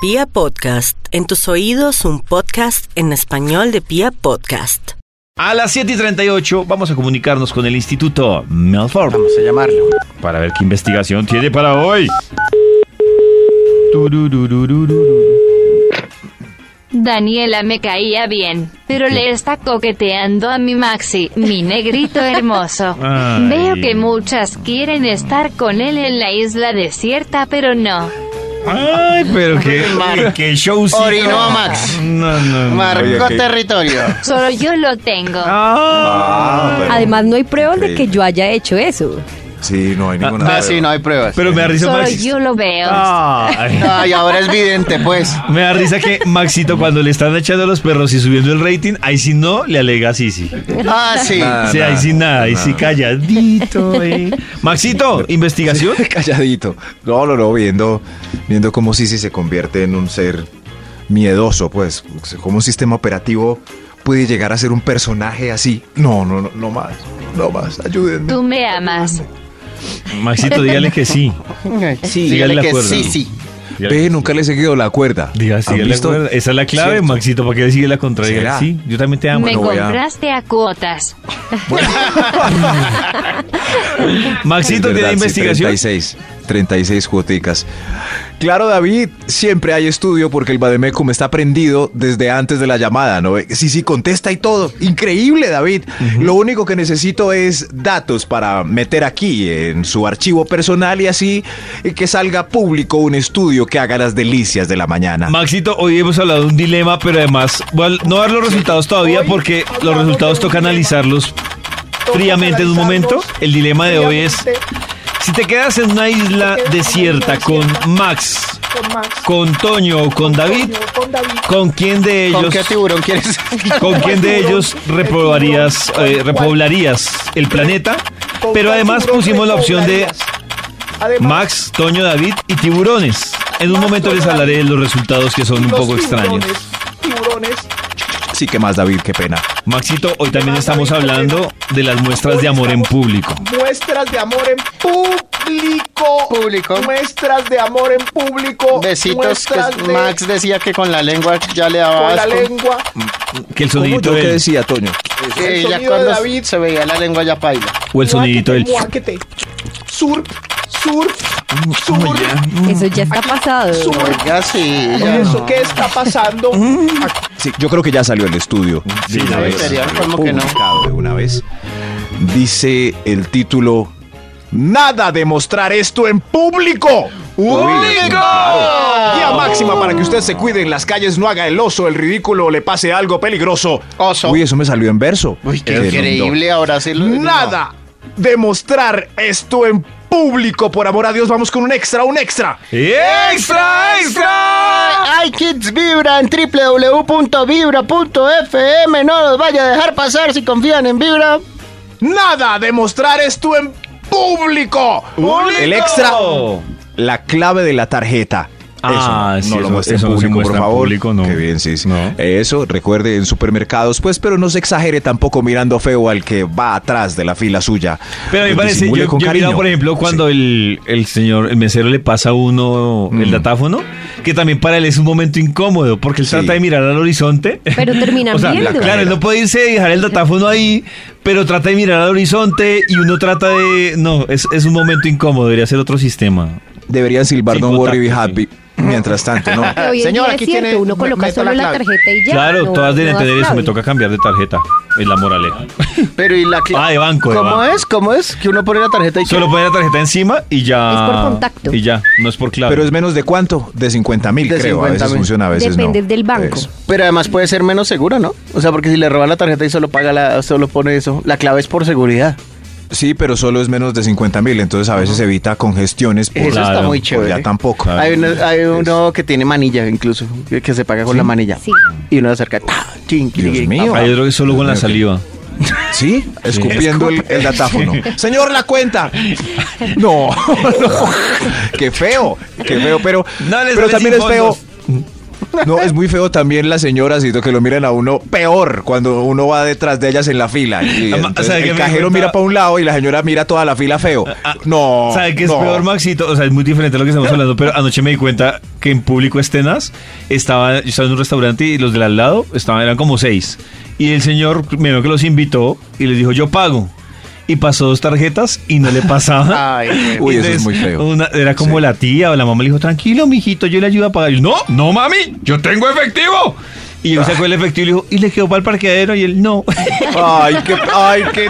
Pia Podcast, en tus oídos un podcast en español de Pia Podcast. A las 7 y 38 vamos a comunicarnos con el Instituto Melford Vamos a llamarlo. para ver qué investigación tiene para hoy. Daniela me caía bien, pero le está coqueteando a mi Maxi, mi negrito hermoso. Ay. Veo que muchas quieren estar con él en la isla desierta, pero no. Ay, pero qué, qué showcito. Orinó a Max. No, no, no. Marcó Oye, que- territorio. Solo yo lo tengo. Ah, Además, no hay pruebas de Increíble. que yo haya hecho eso. Sí, no hay ninguna. Ah, sí, no hay pruebas. pero me da risa Solo Maxi. Ah. yo lo veo. Ay, Ay, ahora es vidente, pues. me da risa que Maxito cuando le están echando los perros y subiendo el rating, ahí sí no le alega a Sisi. Ah, sí. Nada. O sea, ahí sí nada, ahí sí calladito. eh. Maxito, investigación. Calladito. No, no, no, viendo, viendo cómo Sisi se convierte en un ser miedoso, pues. Cómo un sistema operativo puede llegar a ser un personaje así. No, no, no, no más. No más. Ayúdenme. Tú me amas. Maxito, dígale que sí. Sí, Dígale dígale la que cuerda. sí, sí. Ve, nunca le he seguido la cuerda. Diga, ¿Han sigue la visto? cuerda. Esa es la clave, Cierto. Maxito, para que le sigue la contraria. ¿Será? Sí, yo también te amo. me no voy a- compraste a cuotas. Maxito, Es ¿tiene verdad, sí, investigación? 36, 36 cuoticas. Claro, David, siempre hay estudio porque el Bademecum está prendido desde antes de la llamada, ¿no? Sí, sí, contesta y todo. Increíble, David. Lo único que necesito es datos para meter aquí en su archivo personal y así eh, que salga público un estudio que haga las delicias de la mañana. Maxito, hoy hemos hablado de un dilema, pero además voy a- no voy a dar los resultados todavía porque los resultados toca analizarlos fríamente en un momento. El dilema de hoy es, si te quedas en una isla desierta con Max, con Toño o con David, ¿con quién de ¿Con ellos, qué tiburón quieres? con quién de ellos reprobarías, eh, repoblarías el planeta? Pero además pusimos la opción de Max, Toño, David y tiburones. En un momento les hablaré de los resultados que son un poco extraños. Sí, que más, David, qué pena. Maxito, hoy también estamos hablando de las muestras de amor en público. Muestras de amor en público. Público. Muestras de amor en público. Besitos que muestras de- Max decía que con la lengua ya le daba con la asco. lengua. Que el ¿Cómo sonidito yo qué del, decía, Toño? Sí, ya El sonido de cuando David. se veía la lengua ya paila. o el sonidito del. Muáquete, muáquete. Surf, surf, surf. Mm. Eso ya está pasado. surf. Oiga, sí. ¿Y Ya eso qué está pasando? ¿Mm? Sí, yo creo que ya salió el estudio. Sí, una sí, vez. sería Salió como que no. publicado de una vez. Dice el título. Nada de mostrar esto en público. ¡Público! Guía máxima para que usted se cuide en las calles, no haga el oso, el ridículo o le pase algo peligroso. Oso. Uy, eso me salió en verso. Uy, qué Qué lindo. increíble. Ahora sí lo. Nada de mostrar esto en público. Por amor a Dios, vamos con un extra, un extra. ¡Extra, extra! iKids Vibra en www.vibra.fm. No los vaya a dejar pasar si confían en Vibra. Nada de mostrar esto en público. El extra, la clave de la tarjeta. Ah, eso, sí, no lo eso- muestre en eso no se público, muestra por en favor. público, no. Qué bien, sí, sí. No. Eso, recuerde en supermercados, pues, pero no se exagere tampoco mirando feo al que va atrás de la fila suya. Pero a mí me Pues, parece, yo, disimule yo con he mirado, cariño. por ejemplo, cuando el, el señor, el mesero le pasa a uno el datáfono, que también para él es un momento incómodo, porque él Mm. Sí. trata de mirar al horizonte. Pero terminan O sea, viendo. la claro, él no puede irse y dejar el datáfono ahí, pero trata de mirar al horizonte y uno trata de... No, es, es un momento incómodo, debería ser otro sistema. Sí. Deberían silbar Sin Don't Worry Be contacto, sí. Happy. Mientras tanto, no. Pero hoy en Señor, día aquí es cierto, tiene- uno me- coloca meto solo la la, clave. tarjeta y ya. claro, no- todas deben no das entender eso, clave. me toca cambiar de tarjeta, es la moraleja. Pero y la cla- Ah, de banco, de ¿Cómo banco. es? ¿Cómo es? Que uno pone la tarjeta y que- Solo poner la tarjeta encima y ya... Es por contacto. Y ya, no es por clave. Pero es menos de cuánto? De 50 mil, De creo. a veces 50.000. funciona, a veces no. Pues, Depende del banco. Eso. Pero además puede ser menos seguro, ¿no? O sea, porque si le roban la tarjeta y solo paga la, solo pone eso, la clave es por seguridad. Sí, pero solo es menos de 50 mil, entonces a veces evita congestiones. por- Eso está Claro, muy por chévere. Pues Ya tampoco. Hay uno, hay uno que tiene manilla incluso, que, que se paga con la manilla. Sí. Y uno acerca. ta, chin, Dios chin, mío. pa, pa. Hay otro que es solo con la Ok. saliva. Sí, escupiendo el, el datáfono. Señor, la cuenta. No, no. Qué feo, qué feo, pero, No les pero doy también es sin feo. fondos. No, es muy feo también las señoras, y que lo miran a uno peor cuando uno va detrás de ellas en la fila. Y Ama- entonces ¿sabe qué el me cajero cuenta? mira para un lado y la señora mira toda la fila feo. Ah, no. ¿Sabe qué es no. peor, Maxito? O sea, es muy diferente a lo que estamos hablando, pero anoche me di cuenta que en público escenas estaba, yo estaba en un restaurante y los del al lado estaban, eran como seis. Y el señor, menos que los invitó y les dijo, yo pago. Y pasó dos tarjetas y no le pasaba. Ay, Uy, güey. eso es muy feo. una- era como Sí. la tía o la mamá le dijo, tranquilo, mijito, yo le ayudo a pagar. Y yo, no, no, mami, yo tengo efectivo. Y yo sacó el efectivo y le dijo, y le quedó para el parqueadero y él, no. Ay, qué, ay, qué.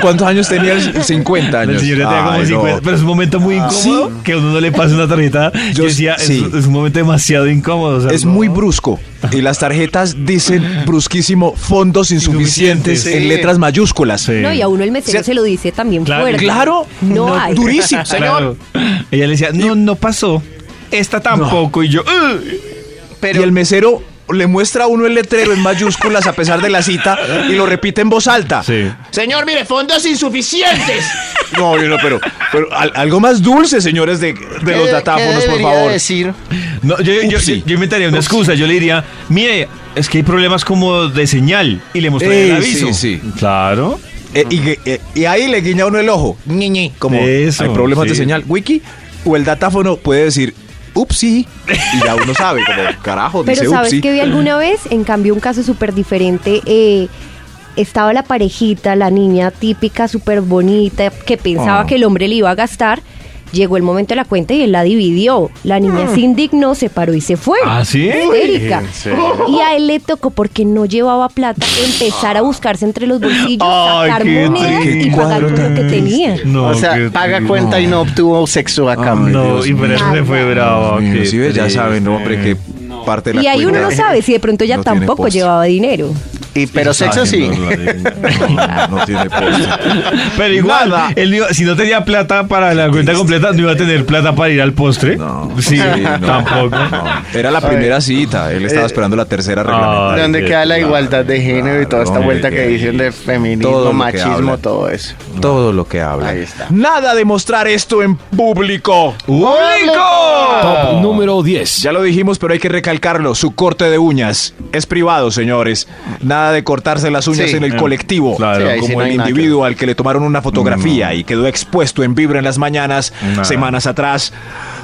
¿Cuántos años tenía? el- 50 años. La señora tenía como Ay, no. 50, Ah, pero es un momento muy incómodo que a uno no le pase una tarjeta. Yo, Yo decía, es- sí. es, un momento demasiado incómodo. o sea, Es no. muy brusco. Y las tarjetas dicen brusquísimo fondos insuficientes Insuficientes, en letras mayúsculas. No, y a uno el mesero Sí. se lo dice también Claro. fuerte. Claro. No, hay. Durísimo. Claro. Ella le decía, no, no pasó. Esta tampoco. Y yo, "Ugh". Pero Y el mesero le muestra a uno el letrero en mayúsculas a pesar de la cita y lo repite en voz alta. Señor, mire, fondos insuficientes. No, yo no, pero, pero al- algo más dulce, señores de, de los ¿qué- datáfonos, por qué debería favor. decir? No, yo, yo- yo- Upsi. yo inventaría una excusa. Yo le diría, mire, es que hay problemas como de señal. Y le mostré el Eh, aviso. sí, sí. Claro. Eh, y, que- eh, y ahí le guiña uno el ojo. Ñiñi, como Eso, hay problemas de sí. señal. Wiki o el datáfono puede decir upsi y ya uno sabe, como carajo, dice Pero ¿sabes upsi. que vi alguna vez? En cambio, un caso súper diferente. eh, estaba la parejita, la niña típica, súper bonita, que pensaba Ah. que el hombre le iba a gastar. Llegó el momento de la cuenta y él la dividió. La niña Ah. se indignó, se paró y se fue. ¿Ah, sí? Histérica. Y a él le tocó, porque no llevaba plata, empezar a buscarse entre los bolsillos, sacar monedas y pagar con lo que triste. tenía. No, o sea, qué paga triste. Ah, cuenta y no obtuvo sexo a cambio. No, Dios y pero mío. eso se fue bravo. Ah, qué Inclusive ya triste. saben, hombre, que parte de la Y ahí uno cuenta no sabe si de pronto ella no tiene tampoco postre. llevaba dinero. Y, pero sexo sí. ¿eh? No, no tiene postre. Pero igual, Nada. él no iba- si no tenía plata para la cuenta completa, no iba a tener plata para ir al postre. No. sí, Sí, no. tampoco. No. Era la primera cita. Él estaba esperando la tercera reglamentaria. Donde qué queda la igualdad de género y toda esta Claro, vuelta que hombre, dicen de feminismo, todo lo que machismo, hablan. todo eso. Todo lo que habla. Ahí está. Nada de mostrar esto en público. Top número 10. Ya lo dijimos, pero hay que recalcarlo. Su corte de uñas es privado, señores. Nada de cortarse las uñas Sí. en el colectivo. Claro. Sí, ahí sí Como no el hay nada que Mm. individuo al que le tomaron una fotografía y quedó expuesto en vibra en las mañanas, Nada. semanas atrás.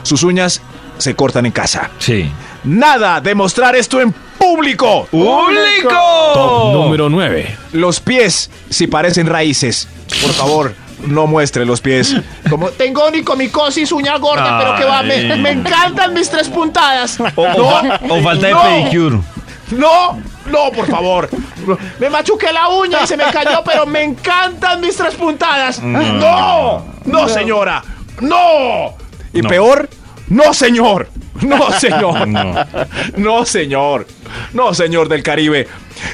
Sus uñas se cortan en casa. Sí. Nada de mostrar esto en público. ¡Público! Top número 9. Los pies, si parecen raíces, por favor, no muestre los pies. Como tengo onicomicosis, uña gorda, pero que va, me, Ay. me encantan mis tres puntadas. O, o fa- o falta de no. pedicure. No, no, por favor. Me machuqué la uña y se me cayó, pero me encantan mis tres puntadas. Mm. No, No, señora, no. Y peor, no, señor. No, señor. No. señor. No, señor del Caribe.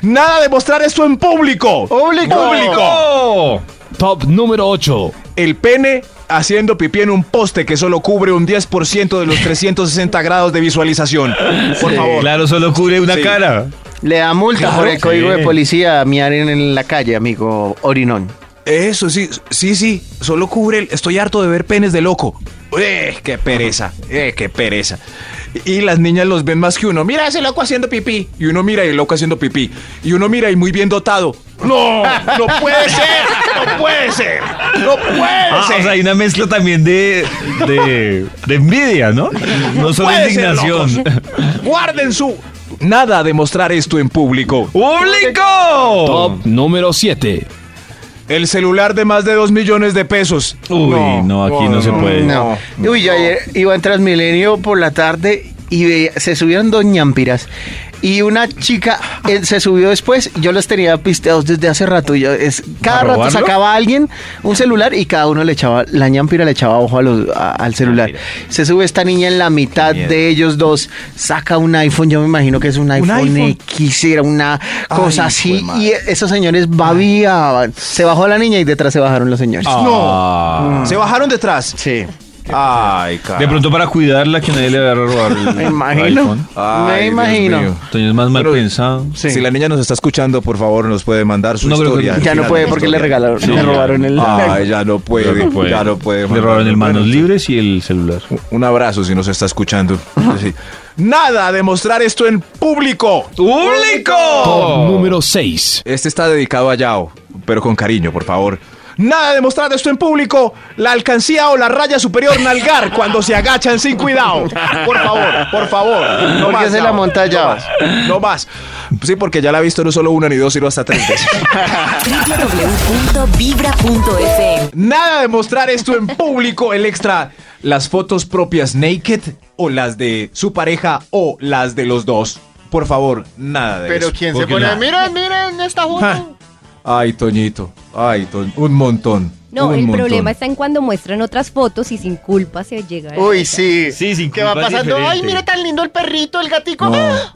Nada de mostrar esto en público. Público. ¡Público! Top número 8. El pene haciendo pipí en un poste que solo cubre un 10% de los 360 grados de visualización. Por favor. Claro, solo cubre una Sí. cara. Le da multa por el sí. código de policía a miar en, en la calle, amigo Orinón. Eso, sí, sí, sí, solo cubre el... Estoy harto de ver penes de loco. ¡Eh, qué pereza! ¡Eh, qué pereza! Y las niñas los ven más que uno. Mira ese loco haciendo pipí. Y uno mira y el loco haciendo pipí. Y uno mira y muy bien dotado. ¡No! ¡No puede ser! ¡No puede ser! ¡No puede Ah, ser! o sea, hay una mezcla también de, de, de envidia, ¿no? No solo Puede ser, indignación. locos. ¡Guarden su... Nada de mostrar esto en público. ¡Público! Top número 7. El celular de más de 2 millones de pesos. Uy, no, aquí no, se puede. No. Uy, yo ayer iba en Transmilenio por la tarde y veía- se subieron dos ñampiras. Y una chica eh, se subió después. Yo los tenía pisteados desde hace rato. y yo, es, ¿A cada rato robarlo? sacaba a alguien un celular y cada uno le echaba, la ñampira le echaba ojo a los- a- al celular. Se sube esta niña en la mitad de ellos dos, saca un iPhone. Yo me imagino que es un iPhone, iPhone? X, era una cosa Ay, así. jue madre. Y esos señores Ah, babiaban. Se bajó la niña y detrás se bajaron los señores. No. Se bajaron detrás. Sí. Ay, cara. De pronto para cuidarla que nadie le va a robar el Me imagino. Mm, iPhone. Ay, me Dios mío. imagino. Entonces es más mal Pero- pensado. Sí. Si la niña nos está escuchando, por favor, nos puede mandar su No creo que- historia. Ya no puede porque le regalaron, le robaron el. Ah, ya no puede, No puede. ya no puede. Le robaron el manos libres y el celular. Un abrazo si nos está escuchando. Sí. Nada de mostrar esto en público. ¡Público! Oh. Top número 6. Este está dedicado a Yao, pero con cariño, por favor. Nada de mostrar esto en público. La alcancía o la raya superior nalgar cuando se agachan sin cuidado. Por favor, por favor. No ¿Por qué más, se la Yao, monta no Yao? más, No más. Sí, porque ya la he visto no solo una ni dos, sino hasta tres veces. www.vibra.fm Nada de mostrar esto en público, el extra. Las fotos propias naked o las de su pareja o las de los dos. Por favor, nada de Pero eso. quién ¿por se qué pone. no? Miren, miren esta foto. Ay, Toñito. Ay, Toño. Un montón. No, un el montón. problema está en cuando muestran otras fotos y sin culpa se llega. a- Uy, sí. Sí, sin ¿Qué va culpa es pasando? Ay, diferente. mire tan lindo el perrito, el gatico. No. ¡Ah!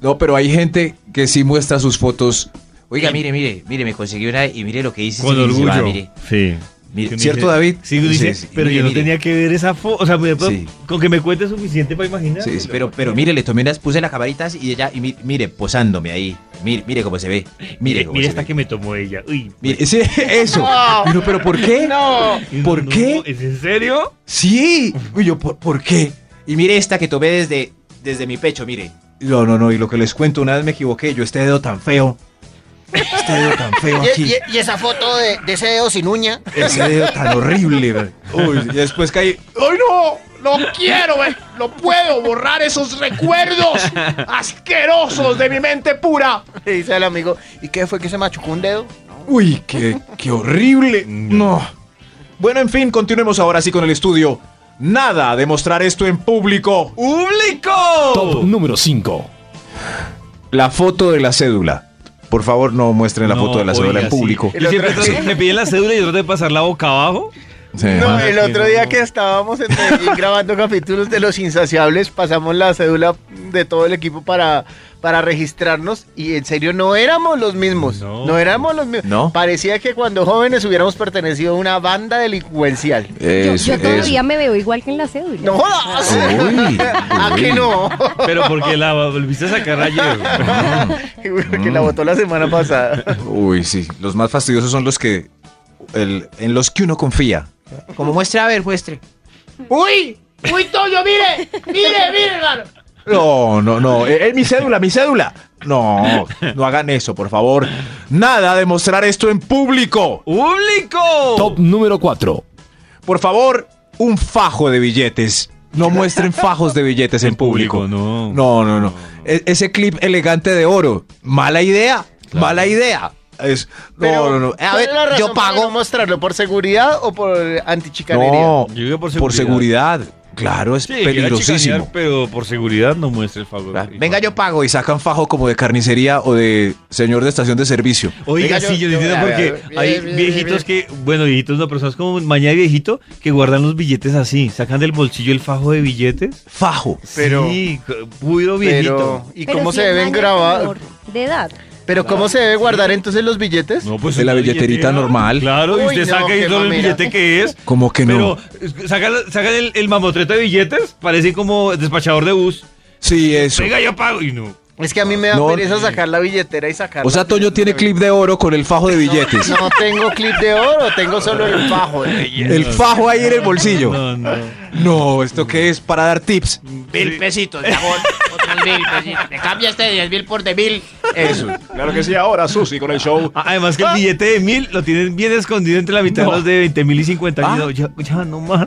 No, pero hay gente que sí muestra sus fotos. Oiga, mire, mire, mire, me conseguí una y mire lo que hice. Con se me hizo, ah, orgullo. mire. Sí. Mire, Que uno ¿cierto, dice- David? Sí, uno dice, Sí, sí. pero Mire, yo no mire. tenía que ver esa foto. O sea, me- Sí. con que me cuente es suficiente para imaginar. Sí, sí, Pero, pero mire, le tomé unas, puse las camaritas y ella, y mi- mire, posándome ahí. Mire, mire cómo se ve. Mire, Mire, cómo mire se esta ve. que me tomó ella. Uy. Mire, sí, eso. No. Pero, pero ¿por qué? No. pues, ¿Por No, qué? ¿Es en serio? Sí. Y yo, ¿por, por qué? Y mire esta que tomé desde, desde mi pecho, mire. No, no, no. Y lo que les cuento, una vez me equivoqué. Yo este dedo tan feo. Este dedo tan feo Y, aquí. y- y esa foto de, de ese dedo sin uña. Ese dedo tan horrible. güey. Uy, y después caí. ¡Ay, no! ¡No quiero! eh. ¡No puedo borrar esos recuerdos asquerosos de mi mente pura! Le dice al amigo. ¿Y qué fue que se machucó un dedo? Uy, qué, qué horrible. No. Bueno, en fin, continuemos ahora sí con el estudio. Nada de mostrar esto en público. Oh. Top número 5. La foto de la cédula. Por favor, no muestren la No, foto de la cédula oiga, en público. sí. Yo siempre trato- me piden la cédula y yo trato de pasarla boca abajo. Sí. No, Ah, el sí, otro no. día que estábamos en Medellín grabando capítulos de Los Insaciables, pasamos la cédula de todo el equipo para, para registrarnos y en serio no éramos los mismos. No. No, éramos los mismos. No. Parecía que cuando jóvenes hubiéramos pertenecido a una banda delincuencial. Yo, Eso, yo todavía eso. me veo igual que en la cédula. ¡No jodas! Uy, ¿A uy. Ah, que no? Pero porque la volviste a sacar ayer. que la votó la semana pasada. Uy, sí. Los más fastidiosos son los que. el- en los que uno confía. Como muestra, a ver, muestre. ¡Uy! ¡Uy, Toño, mire! ¡Mire, mire, hermano! No, no, no. Eh, eh, mi cédula, mi cédula. No, no hagan eso, por favor. Nada de mostrar esto en público. ¡Público! Top número 4. Por favor, un fajo de billetes. No muestren fajos de billetes en público. no. No, no, no. E- ese clip elegante de oro. Mala idea. Mala idea. Es, no, no, no. A ver, yo ¿Pago pago. mostrarlo por seguridad o por antichicanería? No, Yo digo por por seguridad. Claro, es Sí, que era peligrosísimo. chicanear, pero por seguridad no muestre el favor. Ah, Venga, yo pago y sacan fajo como de carnicería o de señor de estación de servicio. Oiga, Venga, sí, yo yo- lo yo- entiendo a ver, porque bien, hay bien, viejitos que, bueno, viejitos no, pero sabes como mañana hay viejito que guardan los billetes así, sacan del bolsillo el fajo de billetes. Fajo. Pero- sí, cu- puro Pero, viejito. ¿y Pero cómo si se el deben man es grabar? menor De edad. ¿Pero cómo se debe guardar entonces los billetes? No, pues de la una billeterita billetera. normal. Claro, y Uy, usted no, saca y qué todo el mamera. billete que es. Como que no. Pero eh, sacan, sacan el, el mamotreto de billetes, parece como despachador de bus. Sí, eso. Venga, yo pago y no. Es que a mí me da No, pereza sacar la billetera y sacar. O sea, Toño tiene clip de oro con el fajo de billetes. No tengo clip de oro, tengo solo el fajo. El fajo ahí en el bolsillo. No, no. No, ¿esto qué es? Para dar tips. Mil pesitos, amor. Otros mil pesitos. Me cambia este de diez mil por de mil. Eso. Claro que sí, ahora Susi con el show. Ah, Además que el billete de mil lo tienen bien escondido entre la mitad de los de 20 mil y 50 mil. No, Ya, ya, no más.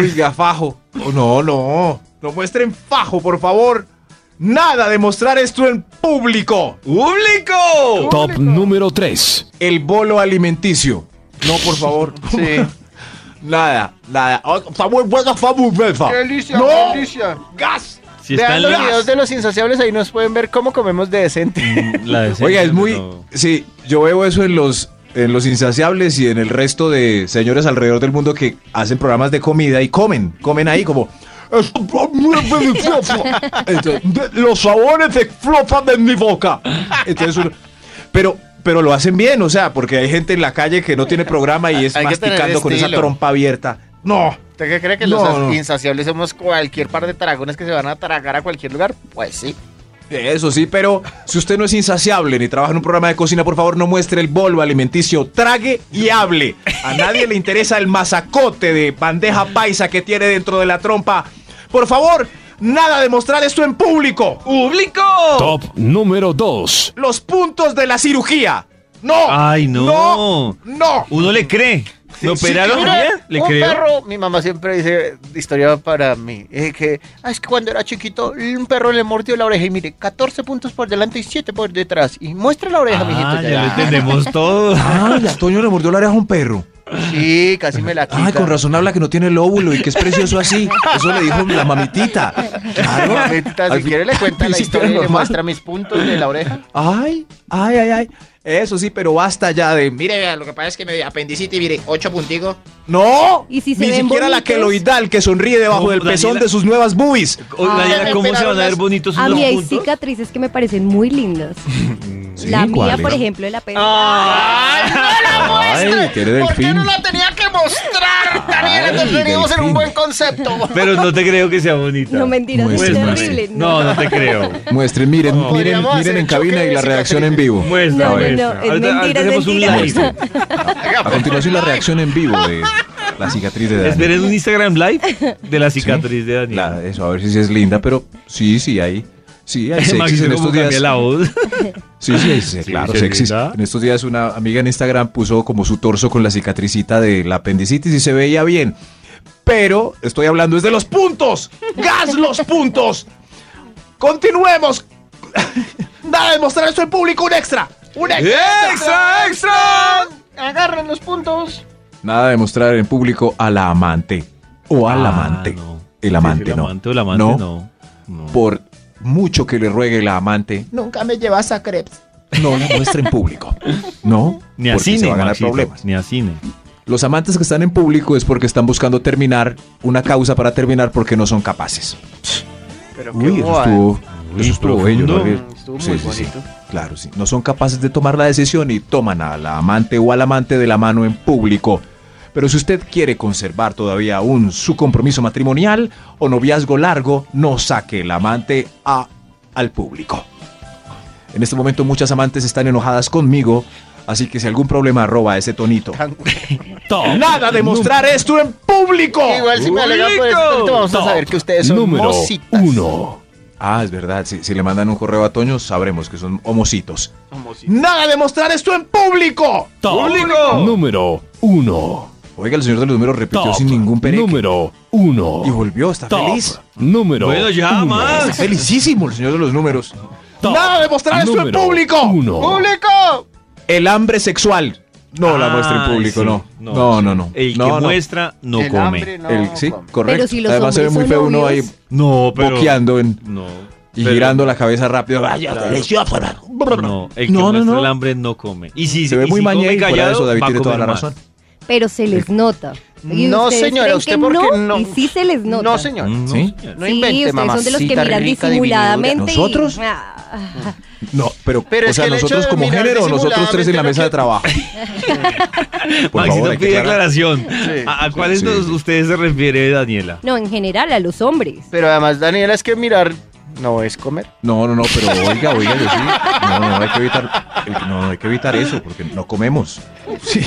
Oiga, fajo. Oh, no, no. No muestren fajo, por favor. Nada de mostrar esto en público. ¡Público! Top número 3. El bolo alimenticio. No, por favor. Sí. Nada, nada. Ah, Está muy buena, está muy buena. delicia, ¡No! delicia. ¡Gas! Si Vean los la- videos de los insaciables, ahí nos pueden ver cómo comemos de decente. La de Oiga, es siempre, muy. no. Sí, yo veo eso en los, en los insaciables y en el resto de señores alrededor del mundo que hacen programas de comida y comen, comen ahí como. "Esto es muy delicioso". Entonces, "De- los sabores explotan de mi boca. Entonces uno- pero, pero lo hacen bien, o sea, porque hay gente en la calle que no tiene programa y es Hay que tener masticando con esa estilo. trompa abierta. No, ¿Usted qué cree que los No, no. insaciables somos cualquier par de taragones que se van a tragar a cualquier lugar? Pues sí. Eso sí, pero si usted no es insaciable ni trabaja en un programa de cocina, por favor no muestre el bolo alimenticio. Trague y hable. A nadie le interesa el masacote de bandeja paisa que tiene dentro de la trompa. Por favor, nada de mostrar esto en público. ¡Público! Top número 2. Los puntos de la cirugía. No. Ay, no. No. no. Uno le cree. ¿Me Sí, operaron sí, bien? mire, ¿Le un creo? perro, mi mamá siempre dice historia para mí, es que, "Ah, es que cuando era chiquito, un perro le mordió la oreja y mire, 14 puntos por delante y 7 por detrás. Y muestra la oreja, Ah, ya mijito. lo Ya. entendemos todo. Ay, a Toño le mordió la oreja a un perro. Sí, casi me la quita. Ay, con razón habla que no tiene el óvulo y que es precioso así. Eso le dijo la mamitita. Claro. Mamita, Al si fin- quiere le cuenta la Sí, historia y le normal. muestra mis puntos de la oreja. Ay, ay, ay, ay. Eso sí, pero basta ya de. Mire, vea, lo que pasa es que me apendicitis, mire, ocho puntico. ¡No! ¿Y si se Ni ven siquiera la bonitos? queloidal que sonríe debajo No, del pezón Daniela. de sus nuevas boobies. Oye, Ah, Daniela, me ¿cómo se van operaron a ver las- bonitos A unos mí hay puntos? cicatrices que me parecen muy lindas. la mía, ¿cuáles? por ejemplo, de la pena. ¡Ay, no la muestre! que eres ¿Por qué delfín. no la tenía que mostrar, Daniela? Ay, Nos teníamos en delfín. un buen concepto. Pero no te creo que sea bonita. No mentiras, Pues, es Muéstrame. terrible. No, no te creo. Muestren, miren, miren, Podríamos miren hacer en choque cabina de y la reacción en vivo. Muestra, No, no, no, muestra. es Ahorita- mentira, ahorita es hacemos un mentira. live. A continuación la reacción en vivo de la cicatriz de Dani. Esperen un Instagram live de la cicatriz de Daniela. La- eso, a ver si sí es linda, pero sí, sí, hay. Sí, hay Max, sexys en ¿cómo estos cambia días. la voz. Sí, sí, sí, claro, sí, sexy. linda. En estos días una amiga en Instagram puso como su torso con la cicatricita de la apendicitis y se veía bien. Pero estoy hablando es de los puntos. ¡Gas los puntos! ¡Continuemos! Nada de mostrar esto en público, un extra. Un extra. ¡Extra, extra! Agarren los puntos. Nada de mostrar en público a la amante o al Ah, amante. no. El amante, Sí, el no. amante o la amante, No. no. No. Por mucho que le ruegue la amante, Nunca me llevas a crepes. no la muestre en público. No, Ni a porque cine, se va a ganar Maxito, problemas. Ni a cine. Los amantes que están en público es porque están buscando terminar una causa para terminar porque no son capaces. Pero qué Uy, eso boba. estuvo, Uy, eso estuvo bello, profundo. ¿no? Mm, estuvo muy bonito. Claro, sí. No son capaces de tomar la decisión y toman a la amante o al amante de la mano en público. Pero si usted quiere conservar todavía aún su compromiso matrimonial o noviazgo largo, no saque el amante a- al público. En este momento muchas amantes están enojadas conmigo, así que si algún problema roba ese tonito. Top. Nada de mostrar esto en público. Igual si me alegan por esto, ahorita vamos a Top saber que ustedes son número mositas. 1. Ah, es verdad, si, si le mandan un correo a Toño sabremos que son homocitos. Nada de mostrar esto en público. Top número 1. Oiga, el señor de los números repitió Top sin ningún pereque. número 1. Y volvió, está Top feliz. número Bueno, ya, uno. Max. Está felicísimo el señor de los números. Top Nada de mostrar esto en número público. uno. ¡Público! El hambre sexual. No la Ah, muestra en público, sí. no. No, sí. no, no. El No, que no. muestra no El come. hambre no El- sí, come. correcto. Pero si los Además se ve muy hombres son feo uno ahí novios. No, pero. boqueando en- No. y pero- girando la cabeza rápido. No, el que No, no, muestra no. el hambre no come. Y si Se ve y muy si come mañana y fuera de callado, eso David va a tiene toda comer la más. razón. Pero se les nota. Y No, ustedes señora, creen usted que porque no. Y sí se les nota. No, señor. Mm, no, ¿Sí? señor. No sí, invente, ustedes son de los que mamacita miran rica, disimuladamente. y- ¿Nosotros? Ah, No, pero, Pero o es sea, que el hecho nosotros de como mirar género, nosotros tres en la disimuladamente mesa de trabajo. Por Maxito favor, hay que pide aclarar. aclaración. Sí, ¿A, a cuáles sí, de sí. ustedes se refiere, Daniela? No, en general, a los hombres. Pero además, Daniela, es que mirar no es comer. No, no, no, pero oiga, oiga, yo sí. No, no, hay que evitar, el- no, no, hay que evitar eso, porque no comemos. Sí.